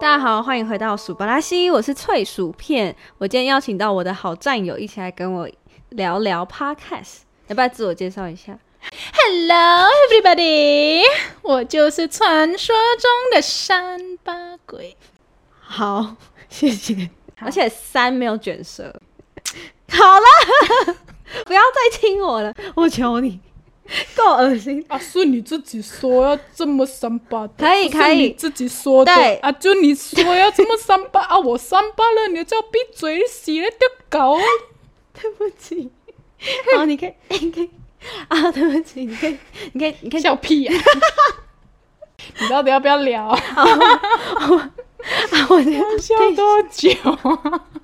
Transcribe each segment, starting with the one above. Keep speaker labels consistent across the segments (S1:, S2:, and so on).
S1: 大家好，欢迎回到数巴拉西，我是脆薯片。我今天邀请到我的好战友一起来跟我聊聊 Podcast，要不要自我介绍一下？
S2: Hello, everybody！我就是传说中的山八鬼。
S1: 好，谢谢。
S2: 好
S1: 而且三没有卷舌。好了， 不要再亲我了，我求你，够恶心。
S3: 啊，是你自己说要这么三八的，
S1: 可以
S3: 不是
S1: 可以
S3: 你自己说的
S1: 对
S3: 啊，就你说要这么三 八啊，我三八了，你就要闭嘴，你死了掉 狗，
S1: 对不 起。好，你可以，你可以啊，对不起，你可以，你可以，你可以
S3: 笑 屁啊！你到底要不要聊？ 要
S1: 啊，我这
S3: 笑多久？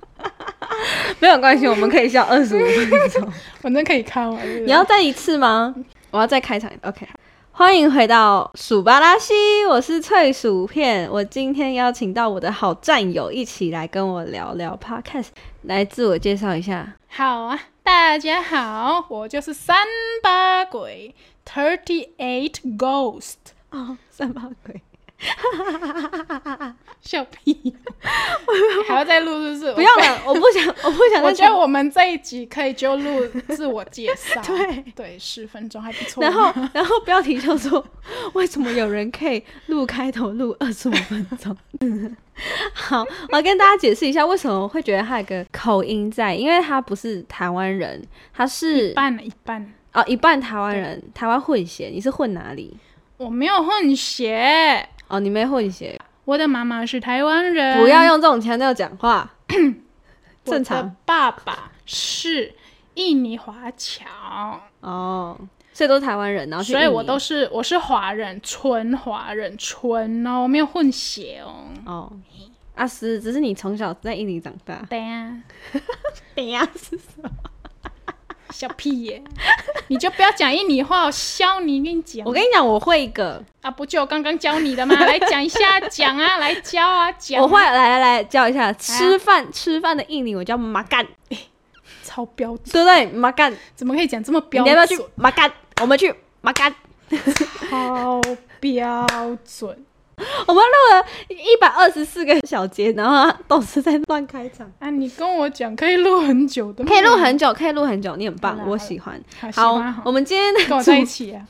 S1: 没有关系，我们可以笑二十五分钟。
S3: 反正可以看完。对不对
S1: 你要再一次吗？我要再开场。OK，欢迎回到数巴拉西，我是脆薯片。我今天邀请到我的好战友一起来跟我聊聊 Podcast，来自我介绍一下。
S3: 好啊，
S2: 大家好，
S3: 我就是三八鬼，Thirty Eight Ghost，
S1: 哦，三八鬼，
S3: 笑屁，还要再录是不是？
S1: 不要了，我不 想，我不想
S3: 我
S1: 再
S3: 觉得
S1: 讲。
S3: 我们这一集可以就录自我介绍，
S1: 对
S3: 对，十分钟还不错。
S1: 然后，然后标题就说：为什么有人可以录开头录二十五分钟？ 好，我要跟大家解释一下为什么会觉得他有个口音在，因为他不是台湾人，他是
S3: 一半了一半，
S1: 哦，一半台湾人，台湾混血，你是混哪里？
S3: 我没有混血，
S1: 哦，你没混血，
S3: 我的妈妈是台湾人，
S1: 不要用这种腔调讲话， 正
S3: 我
S1: 常
S3: 的爸爸是印尼华侨，
S1: 哦。所以哦都是台湾人，然后去
S3: 所以
S1: 印
S3: 我
S1: 尼
S3: 都是我是华人，纯华人，纯哦，没有混血哦。
S1: 哦，阿斯，只是你从小在印尼长大。
S3: 对呀，
S1: 等一下啊是
S3: 小屁耶，你就不要讲印尼话，我削你，跟你讲
S1: 我。跟你讲，我会一个，
S3: 啊，不就我刚刚教你 的吗？来讲一下，讲啊，来教啊，讲啊。
S1: 我会来来来教一下，吃饭、吃饭的印尼我叫马干，
S3: 超标准，
S1: 对不对？马干，你
S3: 怎么可以讲这么标
S1: 要不
S3: 准？
S1: 要去马干？我们去马干。
S3: 超标准
S1: 我们录了一百二十四个小节，然后都是在乱开场，
S3: 啊！你跟我讲可以录很久的吗，
S1: 可以录很久，可以录很久，你很
S3: 好啦
S1: 棒，
S3: 好啦
S1: 我喜欢。
S3: 啊好喜
S1: 好
S3: 欢，哈
S1: 我们今天
S3: 跟我
S1: 的主
S3: 在一起啊！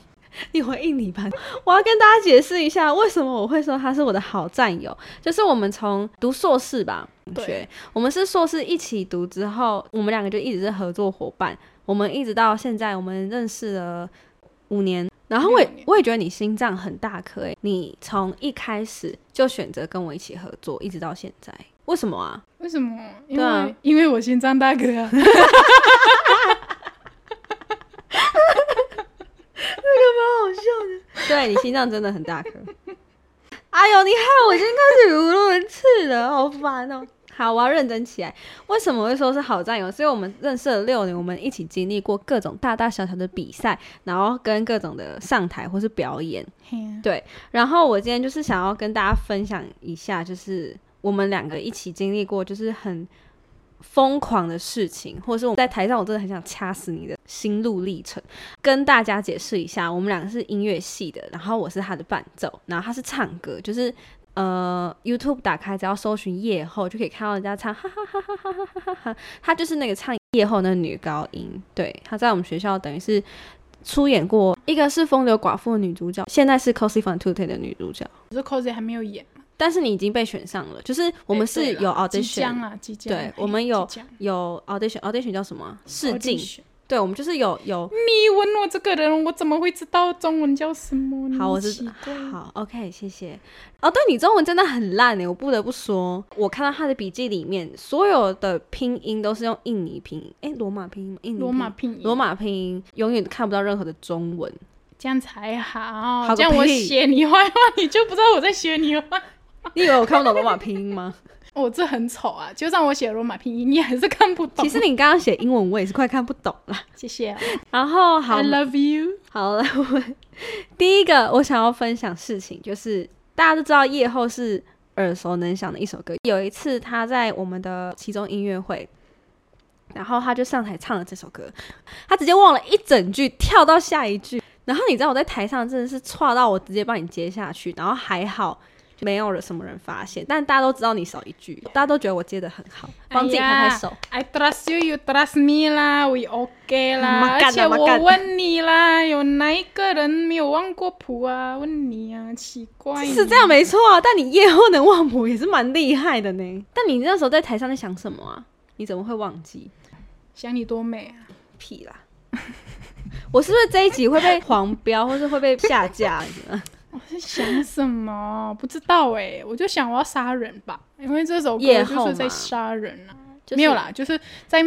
S1: 你回应你吧。我要跟大家解释一下，为什么我会说他是我的好战友，就是我们从读硕士吧，
S3: 对
S1: 学我们是硕士一起读之后，我们两个就一直是合作伙伴，我们一直到现在，我们认识了五年。然后我也
S3: 六年
S1: 我也觉得你心脏很大颗诶，你从一开始就选择跟我一起合作，一直到现在，为什么啊？
S3: 为什么？因为、
S1: 对啊
S3: 因为我心脏大哥啊！
S1: 对你心脏真的很大颗。 哎呦，你害我今天开始语无伦次了，好烦哦。好，我要认真起来。为什么会说是好战友？是因为我们认识了六年，我们一起经历过各种大大小小的比赛，然后跟各种的上台或是表演。
S3: 嘿啊
S1: 然后我今天就是想要跟大家分享一下，就是我们两个一起经历过，就是很疯狂的事情，或者是我在台上我真的很想掐死你的心路历程。跟大家解释一下，我们两个是音乐系的，然后我是他的伴奏，然后他是唱歌，就是。呃，YouTube 打开，只要搜寻夜后，就可以看到人家唱哈哈哈哈哈哈哈哈哈，他就是那个唱夜后那个女高音，对，她在我们学校等于是出演过，一个是《风流寡妇》的女主角，现在是《Cosy Fun t u t e 的女主角。
S3: 可是 Cozy 还没有演，
S1: 但是你已经被选上了，就是我们是
S3: 哎对
S1: 有
S3: 了即
S1: audition，、
S3: 将啊，即将，
S1: 对
S3: 嘿
S1: 我们有
S3: 即将
S1: 有 audition，audition 叫什么啊？试镜。
S3: audition
S1: 对，我们就是有有。
S3: 你问我这个人，我怎么会知道中文叫什么？你
S1: 好，我
S3: 奇
S1: 是
S3: 怪
S1: 好，OK，谢谢。哦，对你中文真的很烂欸诶，我不得不说，我看到他的笔记里面所有的拼音都是用印尼拼音，诶，罗马拼音吗？印尼
S3: 罗马
S1: 拼
S3: 拼音
S1: 音罗马拼音，永远看不到任何的中文。
S3: 这样才好，
S1: 好个
S3: 这样我
S1: 屁
S3: 写你坏话，你就不知道我在学你坏话。
S1: 你以为我看不懂罗马拼音 吗？
S3: 哦，这很丑啊！就算我写罗马拼音，你还是看不懂。
S1: 其实你刚刚写英文，我也是快看不懂了。
S3: 谢谢、哦、
S1: 然后好
S3: ，I love you。
S1: 好了，我们第一个我想要分享事情就是，大家都知道夜后是耳熟能详的一首歌。有一次他在我们的其中音乐会，然后他就上台唱了这首歌，他直接忘了一整句，跳到下一句。然后你知道我在台上真的是岔到我直接帮你接下去，然后还好没有什么人发现，但大家都知道你少一句，大家都觉得我接的很好，帮自己拍拍手。
S3: I trust you, you trust me 啦，we OK 啦。
S1: 妈干啊
S3: 而且
S1: 妈
S3: 我
S1: 干
S3: 问你啦，有哪一个人没有望过谱啊？问你啊，奇怪。
S1: 是这样没错啊，但你夜后能忘我也是蛮厉害的呢。但你那时候在台上在想什么啊？你怎么会忘记？
S3: 想你多美啊！
S1: 屁 啦！我是不是这一集会被黄标，或是会被下架？
S3: 我在 想什么？不知道哎、我就想我要杀人吧，因为这首歌
S1: 夜
S3: 就
S1: 后
S3: 是在
S1: 嘛
S3: 杀人啊。
S1: 就是
S3: 没有啦，就是在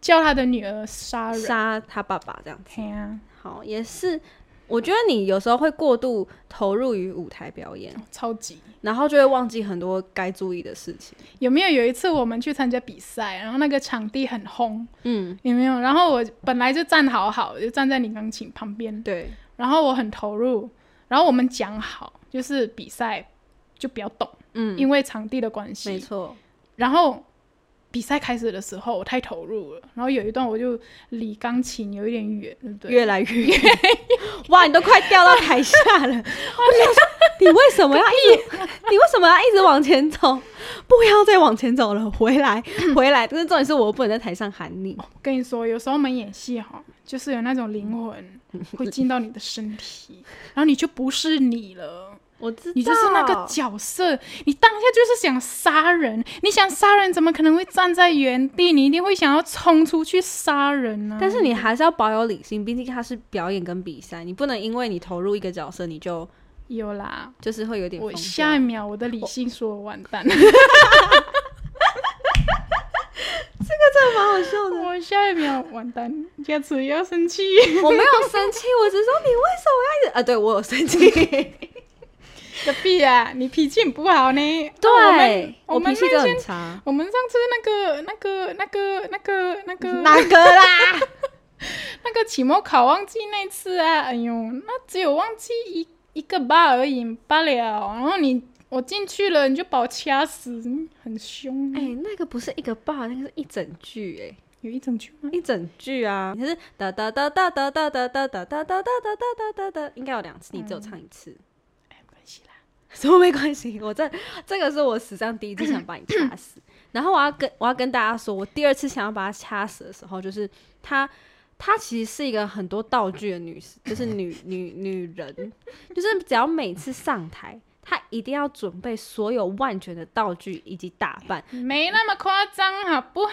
S3: 叫他的女儿杀人。
S1: 杀他爸爸这样子。
S3: 嘿啊，
S1: 好，也是。我觉得你有时候会过度投入于舞台表演，
S3: 超级。
S1: 然后就会忘记很多该注意的事情。
S3: 有没有有一次我们去参加比赛，然后那个场地很轰，
S1: 嗯，
S3: 有没有？然后我本来就站好好，就站在你钢琴旁边，
S1: 对，
S3: 然后我很投入，然后我们讲好就是比赛就不要动，
S1: 嗯，
S3: 因为场地的关
S1: 没
S3: 系。
S1: 错，
S3: 然后比赛开始的时候我太投入了，然后有一段我就离钢琴有一点远，对不对？
S1: 越来越远， 哇，你都快掉到台下 了。我想说，你为什么要一直， 你为什么要一直往前走？不要再往前走了，回 来，回来。但是重点是，我又不能在台上喊你。
S3: 跟你说，有时候我们演戏哈，就是有那种灵魂 会进到你的身体，然后你就不是你了。
S1: 我知道，嗯
S3: 你就是那个角色，你当下就是想杀人，你想杀人怎么可能会站在原地？你一定会想要冲出去杀人呢、
S1: 但是你还是要保有理性，毕竟它是表演跟比赛，你不能因为你投入一个角色，你就
S3: 有啦，
S1: 就是会有点
S3: 我
S1: 疯
S3: 下一
S1: 掉
S3: 秒我的理性说我完 蛋，
S1: 这蛮好 笑的。
S3: 我下一秒完蛋，下次要生气。
S1: 我没有生气，我只是说你为什么要一直啊？对我有生 气，
S3: 隔壁啊，你脾气很不好呢。我们
S1: 对
S3: 我们
S1: 脾气都
S3: 那
S1: 很
S3: 天
S1: 差。
S3: 我们上次那个那个那个那个那个
S1: 哪个啦？
S3: 那个期末考忘记那次啊，哎呦，那只有忘记一一个吧而已罢了。然后你我进去了，你就把我掐死，很凶。
S1: 哎、那个不是一个 bar，那个是一整句哎、
S3: 有一整句吗？
S1: 一整句啊，你是哒哒哒哒哒哒哒哒哒哒哒哒哒哒哒哒，应该有两次，你只有唱一次，
S3: 哎，没关系啦。
S1: 什么没关系，我这这个是我史上第一次想把你掐死，然后我要跟我要跟大家说，我第二次想要把她掐死的时候，就是她她其实是一个很多道具的女，就是女女女人，就是只要每次上台，她一定要准备所有万全的道具以及打扮，
S3: 没那么夸张，好不好？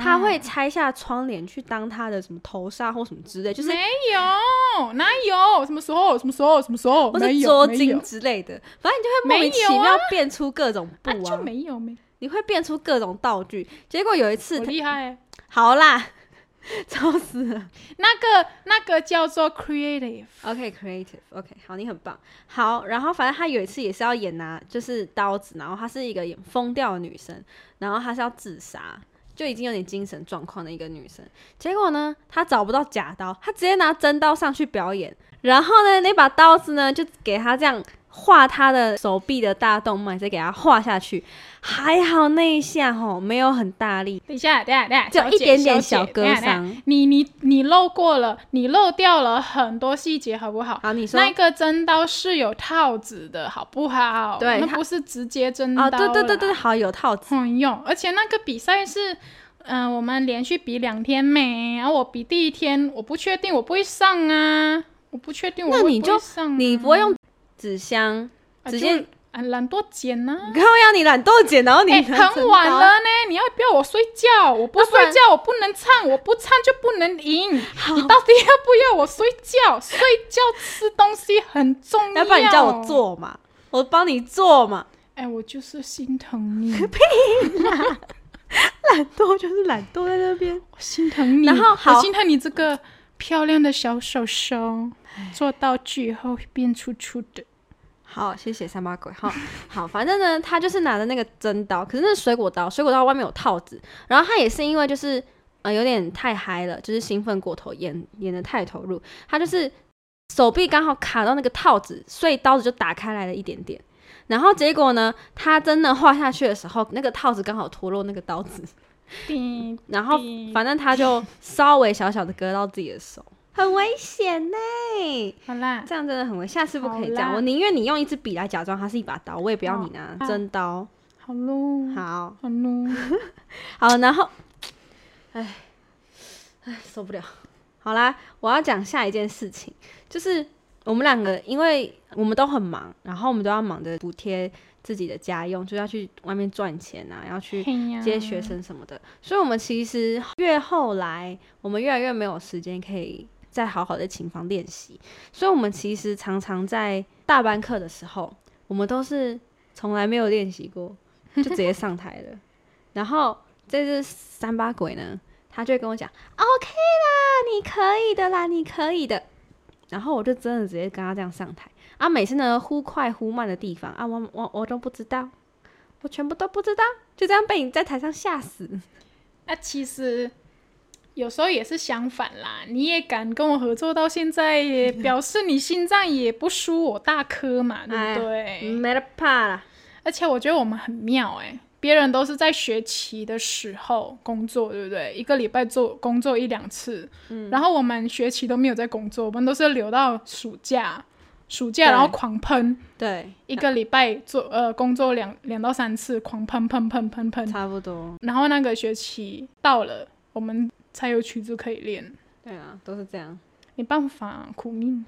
S1: 他
S3: 啊
S1: 会拆下窗帘去当他的什么头纱或什么之类，就是
S3: 没有，哪有？什么时候？什么时候？什么时候？
S1: 或
S3: 没
S1: 是
S3: 有
S1: 捉
S3: 没
S1: 襟
S3: 有
S1: 之类的，反正你就会莫名其
S3: 没有
S1: 妙变出各种布
S3: 啊，
S1: 啊，
S3: 就没有没。
S1: 你会变出各种道具。结果有一次
S3: 我，厉害欸，
S1: 好啦， 吵死了。
S3: 那个那个叫做 creative，
S1: OK，creative，OK，、好，你很棒。好，然后反正她有一次也是要演拿、就是刀子，然后她是一个演疯掉的女生，然后她是要自杀，就已经有点精神状况的一个女生。结果呢，她找不到假刀，她直接拿真刀上去表演。然后呢，那把刀子呢，就给她这样划她的手臂的大动脉，再给她划下去。还好那一下吼没有很大力，
S3: 等一下，等一下，等一下，
S1: 只有
S3: 小
S1: 一
S3: 姐
S1: 点点
S3: 小
S1: 小
S3: 姐
S1: 割
S3: 等一下等一下
S1: 伤。
S3: 你你你漏过了，你漏掉了很多细节，好不好？
S1: 好，你说
S3: 那个针刀是有套子的，好不好？
S1: 对
S3: 那
S1: 它
S3: 不是直接针刀、
S1: 哦，对对对对，，好，有套子。
S3: 很用。而且那个比赛是，嗯、我们连续比两天没，然后我比第一天，我不确定，我不会上啊，我不确定我
S1: 那
S3: 会不
S1: 你就
S3: 会上啊、
S1: 你不会用纸箱
S3: 啊
S1: 直
S3: 就
S1: 接
S3: 啊懒惰剪呢、啊？
S1: 你看我要你懒惰剪，然后你、
S3: 哎、很晚了，呢，你要不要我睡觉？我不
S1: 那不然
S3: 睡觉，我不能唱，我不唱就不能赢。你到底要不要我睡觉？睡觉吃东西很重要。
S1: 要不然你叫我？做嘛，我帮你做嘛。
S3: 哎、我就是心疼 你，
S1: 懒惰就是懒惰在那边，
S3: 我心疼你，
S1: 然后
S3: 我
S1: 好
S3: 心疼你这个漂亮的小手手，
S1: 哎
S3: 做道具以后会变粗粗的。
S1: 好，谢谢三八鬼。好，好，反正呢，他就是拿着那个针刀，可是那是水果刀，水果刀外面有套子。然后他也是因为就是呃有点太嗨了，就是兴奋过头，演演的太投入，他就是手臂刚好卡到那个套子，所以刀子就打开来了一点点。然后结果呢，他真的画下去的时候，那个套子刚好脱落那个刀子，
S3: 叮
S1: 然后
S3: 叮
S1: 反正他就稍微小小的割到自己的手，很危险呢、
S3: 好 啦，
S1: 这样真的很危，下次不可以这
S3: 好
S1: 样。
S3: 啦
S1: 我宁愿你用一支笔来假装它是一把刀，我也不要你拿
S3: 好嗯
S1: 真刀。
S3: 好喽，
S1: 好
S3: 好喽，
S1: 好，然后，哎，哎，受不了。好啦，我要讲下一件事情，就是我们两个，因为我们都很忙，然后我们都要忙着补贴自己的家用，就要去外面赚钱啊，要去
S3: 嘿呀
S1: 接学生什么的，所以我们其实越后来，我们越来越没有时间可以再好好的琴房练习，所以我们其实常常在大班课的时候，我们都是从来没有练习过，就直接上台了。然后这只三八鬼呢，他就会跟我讲：“OK 啦，你可以的啦，你可以的。”然后我就真的直接跟他这样上台啊，每次呢忽快忽慢的地方啊，我我我都不知道，我全部都不知道。就这样被你在台上吓死。
S3: 那其实有时候也是相反啦，你也敢跟我合作到现在，也表示你心脏也不输我大颗嘛，对不对？
S1: 嗯没得怕啦。
S3: 而且我觉得我们很妙哎、别人都是在学期的时候工作，对不对？一个礼拜做工作一两次，然后我们学期都没有在工作，我们都是留到暑假，暑假
S1: 对
S3: 然后狂喷，
S1: 对，
S3: 一个礼拜做呃工作两两到三次，狂喷喷喷喷喷，
S1: 差不多。
S3: 然后那个学期到了，我们才有曲子可以练，
S1: 对啊，都是这样。
S3: 没办法，苦命。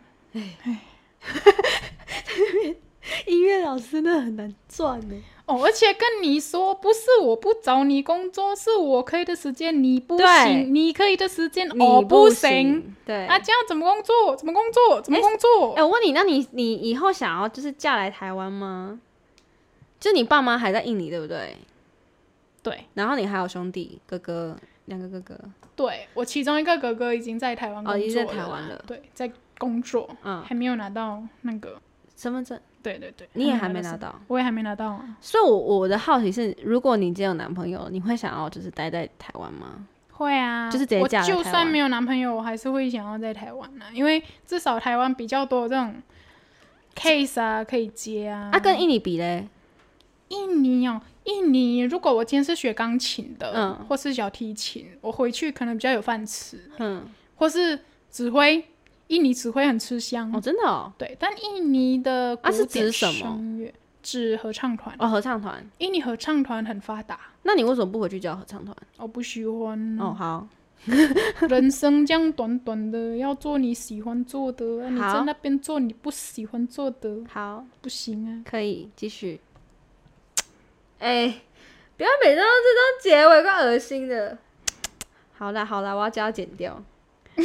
S1: 音乐老师那很难赚呢。
S3: 哦，而且跟你说，不是我不找你工作，是我可以的时间你不
S1: 对
S3: 行，你可以的时间我
S1: 你哦不
S3: 行。。
S1: 对。
S3: 啊，这样怎么工作？怎么工作？怎么工作？
S1: 哎、我问你，那你你以后想要就是嫁来台湾吗？就你爸妈还在印尼，对不对？
S3: 对
S1: 然后你还有兄弟哥哥，两个哥哥。
S3: 对，我其中一个哥哥已经在台湾工作
S1: 哦
S3: 了，
S1: 已经在台湾了
S3: 对，在工作，
S1: 嗯，
S3: 还没有拿到那个，
S1: 身份证
S3: 对对对，
S1: 你也还没拿
S3: 到，
S1: 到。
S3: 我也还没拿到啊，
S1: 所以我，我的好奇是，如果你今天有男朋友，你会想要就是待在台湾吗？
S3: 会啊，
S1: 就是直接
S3: 我
S1: 嫁来
S3: 就
S1: 台
S3: 算
S1: 湾
S3: 没有男朋友，我还是会想要在台湾啊，因为至少台湾比较多这种 case 啊，可以接啊。
S1: 啊，跟印尼比嘞，
S3: 印尼哦，印尼，如果我今天是学钢琴的，
S1: 嗯
S3: 或是小提琴，我回去可能比较有饭吃，
S1: 嗯，
S3: 或是指挥，印尼指挥很吃香，
S1: 哦，真的哦，
S3: 对，但印尼的
S1: 啊是
S3: 古典
S1: 指什么
S3: 声乐指合唱团，
S1: 哦，合唱团。
S3: 印尼合唱团很发达，
S1: 那你为什么不回去教合唱团？
S3: 我不喜欢。
S1: 哦，好，
S3: 人生这样短短的，要做你喜欢做的，啊你
S1: 好
S3: 在那边做你不喜欢做的，
S1: 好，
S3: 不行啊。
S1: 可以继续。哎、不要每张都这张结尾，怪恶心的。好啦好啦，我要叫它剪掉。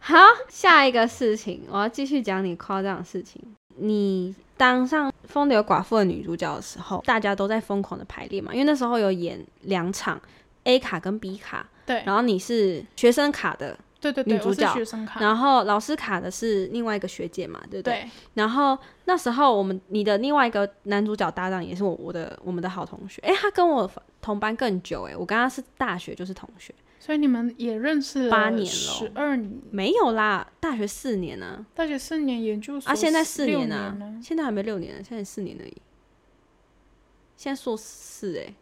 S1: 好，下一个事情，我要继续讲你夸张的事情。你当上《风流寡妇》的女主角的时候，大家都在疯狂的排练嘛，因为那时候有演两场 A 卡跟 B 卡，
S3: 对
S1: 然后你是学生卡的，
S3: 对对对，
S1: 女主
S3: 我是
S1: 角
S3: 学生卡，
S1: 然后老师卡的是另外一个学姐嘛，对不对？
S3: 对
S1: 然后那时候我们你的另外一个男主角搭档也是我我的我们的好同学，诶，他跟我同班更久诶，我跟他是大学就是同学，
S3: 所以你们也认识了
S1: 八年咯
S3: 十二年，
S1: 没有啦，大学四年呢、
S3: 大学四年研究所
S1: 啊，现在四
S3: 嗯四六
S1: 呢、
S3: 年啊
S1: 现在还没六年呢，现在四年而已，现在硕士诶，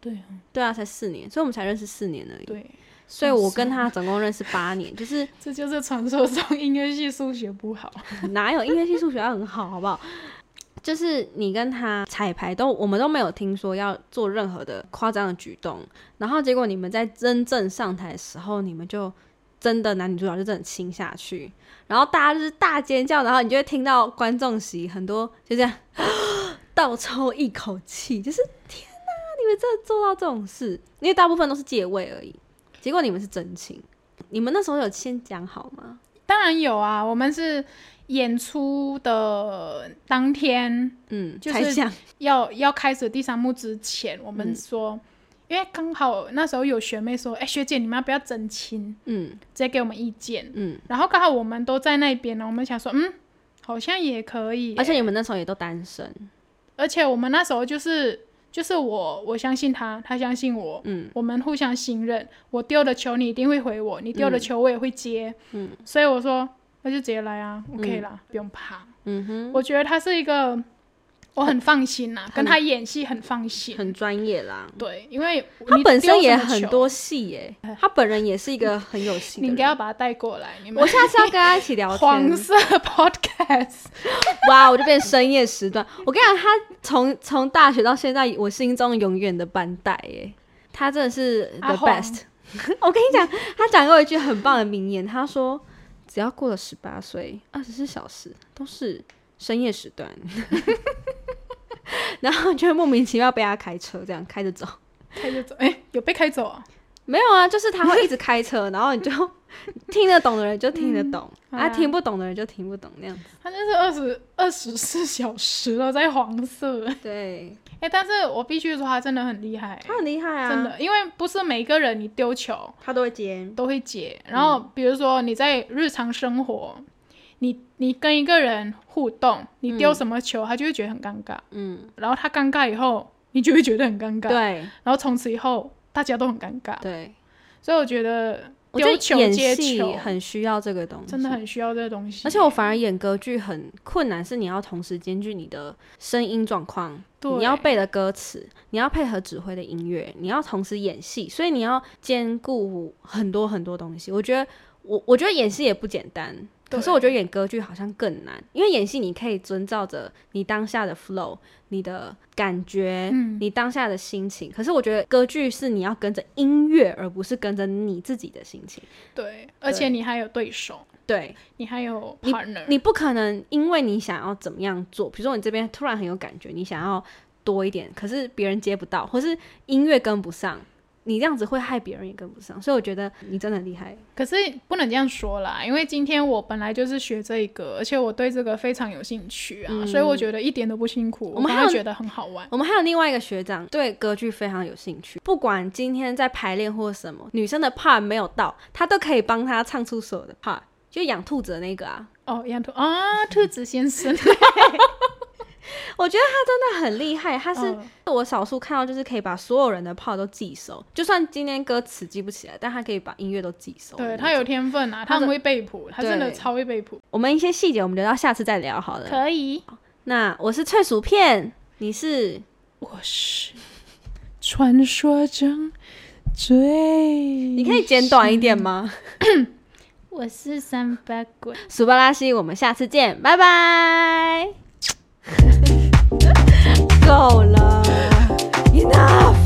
S3: 对啊
S1: 对啊，才四年，所以我们才认识四年而已，
S3: 对，
S1: 所以我跟他总共认识八年，就是
S3: 这就是传说中音乐系数学不好。
S1: 哪有音乐系数学要很好，好不好？就是你跟他彩排都，我们都没有听说要做任何的夸张的举动，然后结果你们在真正上台的时候，你们就真的男女主角就真的亲下去，然后大家就是大尖叫，然后你就会听到观众席很多就这样倒抽一口气，就是天哪，你们真的做到这种事？因为大部分都是借位而已，结果你们是真情，你们那时候有先讲好吗？
S3: 当然有啊，我们是演出的当天
S1: 嗯，
S3: 就是
S1: 才讲。
S3: 要要开始第三幕之前，我们
S1: 嗯
S3: 说，因为刚好那时候有学妹说，哎、学姐你们要不要整亲？
S1: 嗯
S3: 直接给我们意见。
S1: 嗯，
S3: 然后刚好我们都在那边呢，我们想说，嗯，好像也可以耶、
S1: 而且你们那时候也都单身，
S3: 而且我们那时候就是就是我我相信他，他相信我，
S1: 嗯，
S3: 我们互相信任。我丢的球你一定会回我，你丢的
S1: 嗯
S3: 球我也会接，
S1: 嗯，
S3: 所以我说那就直接来啊
S1: 嗯
S3: ，OK 啦，不用怕。
S1: 嗯哼，
S3: 我觉得他是一个我很放心呐、跟他演戏很放心。
S1: 很专业啦。
S3: 对，因为
S1: 他
S3: 你
S1: 本
S3: 丢
S1: 身也
S3: 什么
S1: 很
S3: 球，
S1: 多戏耶、他本人也是一个很有戏
S3: 你
S1: 的
S3: 应该
S1: 人。
S3: 要把他带过来。你们
S1: 我下次要跟他一起 聊
S3: 黄
S1: 天，
S3: 色 podcast，
S1: 哇，我就变深夜时段。我跟你讲，他从从大学到现在，我心中永远的班带耶，他真的是
S3: 阿
S1: the
S3: 黄
S1: best。我 跟你讲，他讲过一句很棒的名言，他说：“只要过了十八岁，二十四小时都是深夜时段。” 然后就会莫名其妙被他开车这样开着走。
S3: 开就走。哎、有被开走啊？
S1: 没有啊，就是他会一直开车，然 后你就听得懂的人就听得懂，
S3: 嗯好
S1: 啊，
S3: 啦
S1: 听不懂的人就听不懂那样子。
S3: 他就是二十二十四 小时都在黄色。
S1: 对，
S3: 哎、但是我必须说他真的很厉害、
S1: 他很厉害啊，
S3: 真的，因为不是每一个人你丢球
S1: 他都会接。
S3: 都会接。然后比如说你在日常生活，你你跟一个人互动，你丢什么球，他就会觉得很尴尬。
S1: 嗯，
S3: 然后他尴尬以后，你就会觉得很尴尬。
S1: 对
S3: 然后从此以后，大家都很尴尬。
S1: 对，
S3: 所以我觉得
S1: 我觉
S3: 丢
S1: 得
S3: 球
S1: 演
S3: 接
S1: 戏
S3: 球
S1: 很需要这个东西，
S3: 真的。很需要这个东西。
S1: 而且我反而演歌剧很困难，是你要同时兼具你的声音状况，
S3: 对
S1: 你要背的歌词，你要配合指挥的音乐，你要同时演戏，所以你要兼顾很多很多东西。我觉得我我觉得演戏也不简单，可是
S3: 对
S1: 我觉得演歌剧好像更难，因为演戏你可以遵照着你当下的 flow、你的感觉、
S3: 嗯
S1: 你当下的心情。可是我觉得歌剧是你要跟着音乐，而不是跟着你自己的心情。
S3: 对，而且你还有对手，
S1: 对，
S3: 你还有
S1: 你
S3: partner，
S1: 你不可能因为你想要怎么样做，比如说你这边突然很有感觉，你想要多一点，可是别人接不到，或是音乐跟不上，你这样子会害别人也跟不上。所以我觉得你真的很厉害。
S3: 可是不能这样说啦，因为今天我本来就是学这一个，而且我对这个非常有兴趣啊，所以我觉得一点都不辛苦，
S1: 我们
S3: 反
S1: 还
S3: 而
S1: 有
S3: 觉得很好玩。
S1: 我们还有另外一个学长对歌剧非常有兴趣，不管今天在排练或什么，女生的 part 没有到，他都可以帮她唱出所有的 part，就养兔子的那个啊，
S3: 哦，羊兔啊，兔子先生，
S1: 我觉得他真的很厉害，他是
S3: 嗯
S1: 我少数看到就是可以把所有人的 part 都记熟，就算今天歌词记不起来，但他可以把音乐都记熟。
S3: 对他有天分啊，他很会背谱，他真的
S1: 哦对
S3: 超会背谱。
S1: 我们一些细节，我们留到下次再聊好了。
S3: 可以，
S1: 那我是脆薯片，你是
S3: 我是传说中最，
S1: 你
S3: 你
S1: 可以简短一点吗？
S2: 我是三八鬼。
S1: 苏巴拉西，我们下次见，拜拜。够了，enough。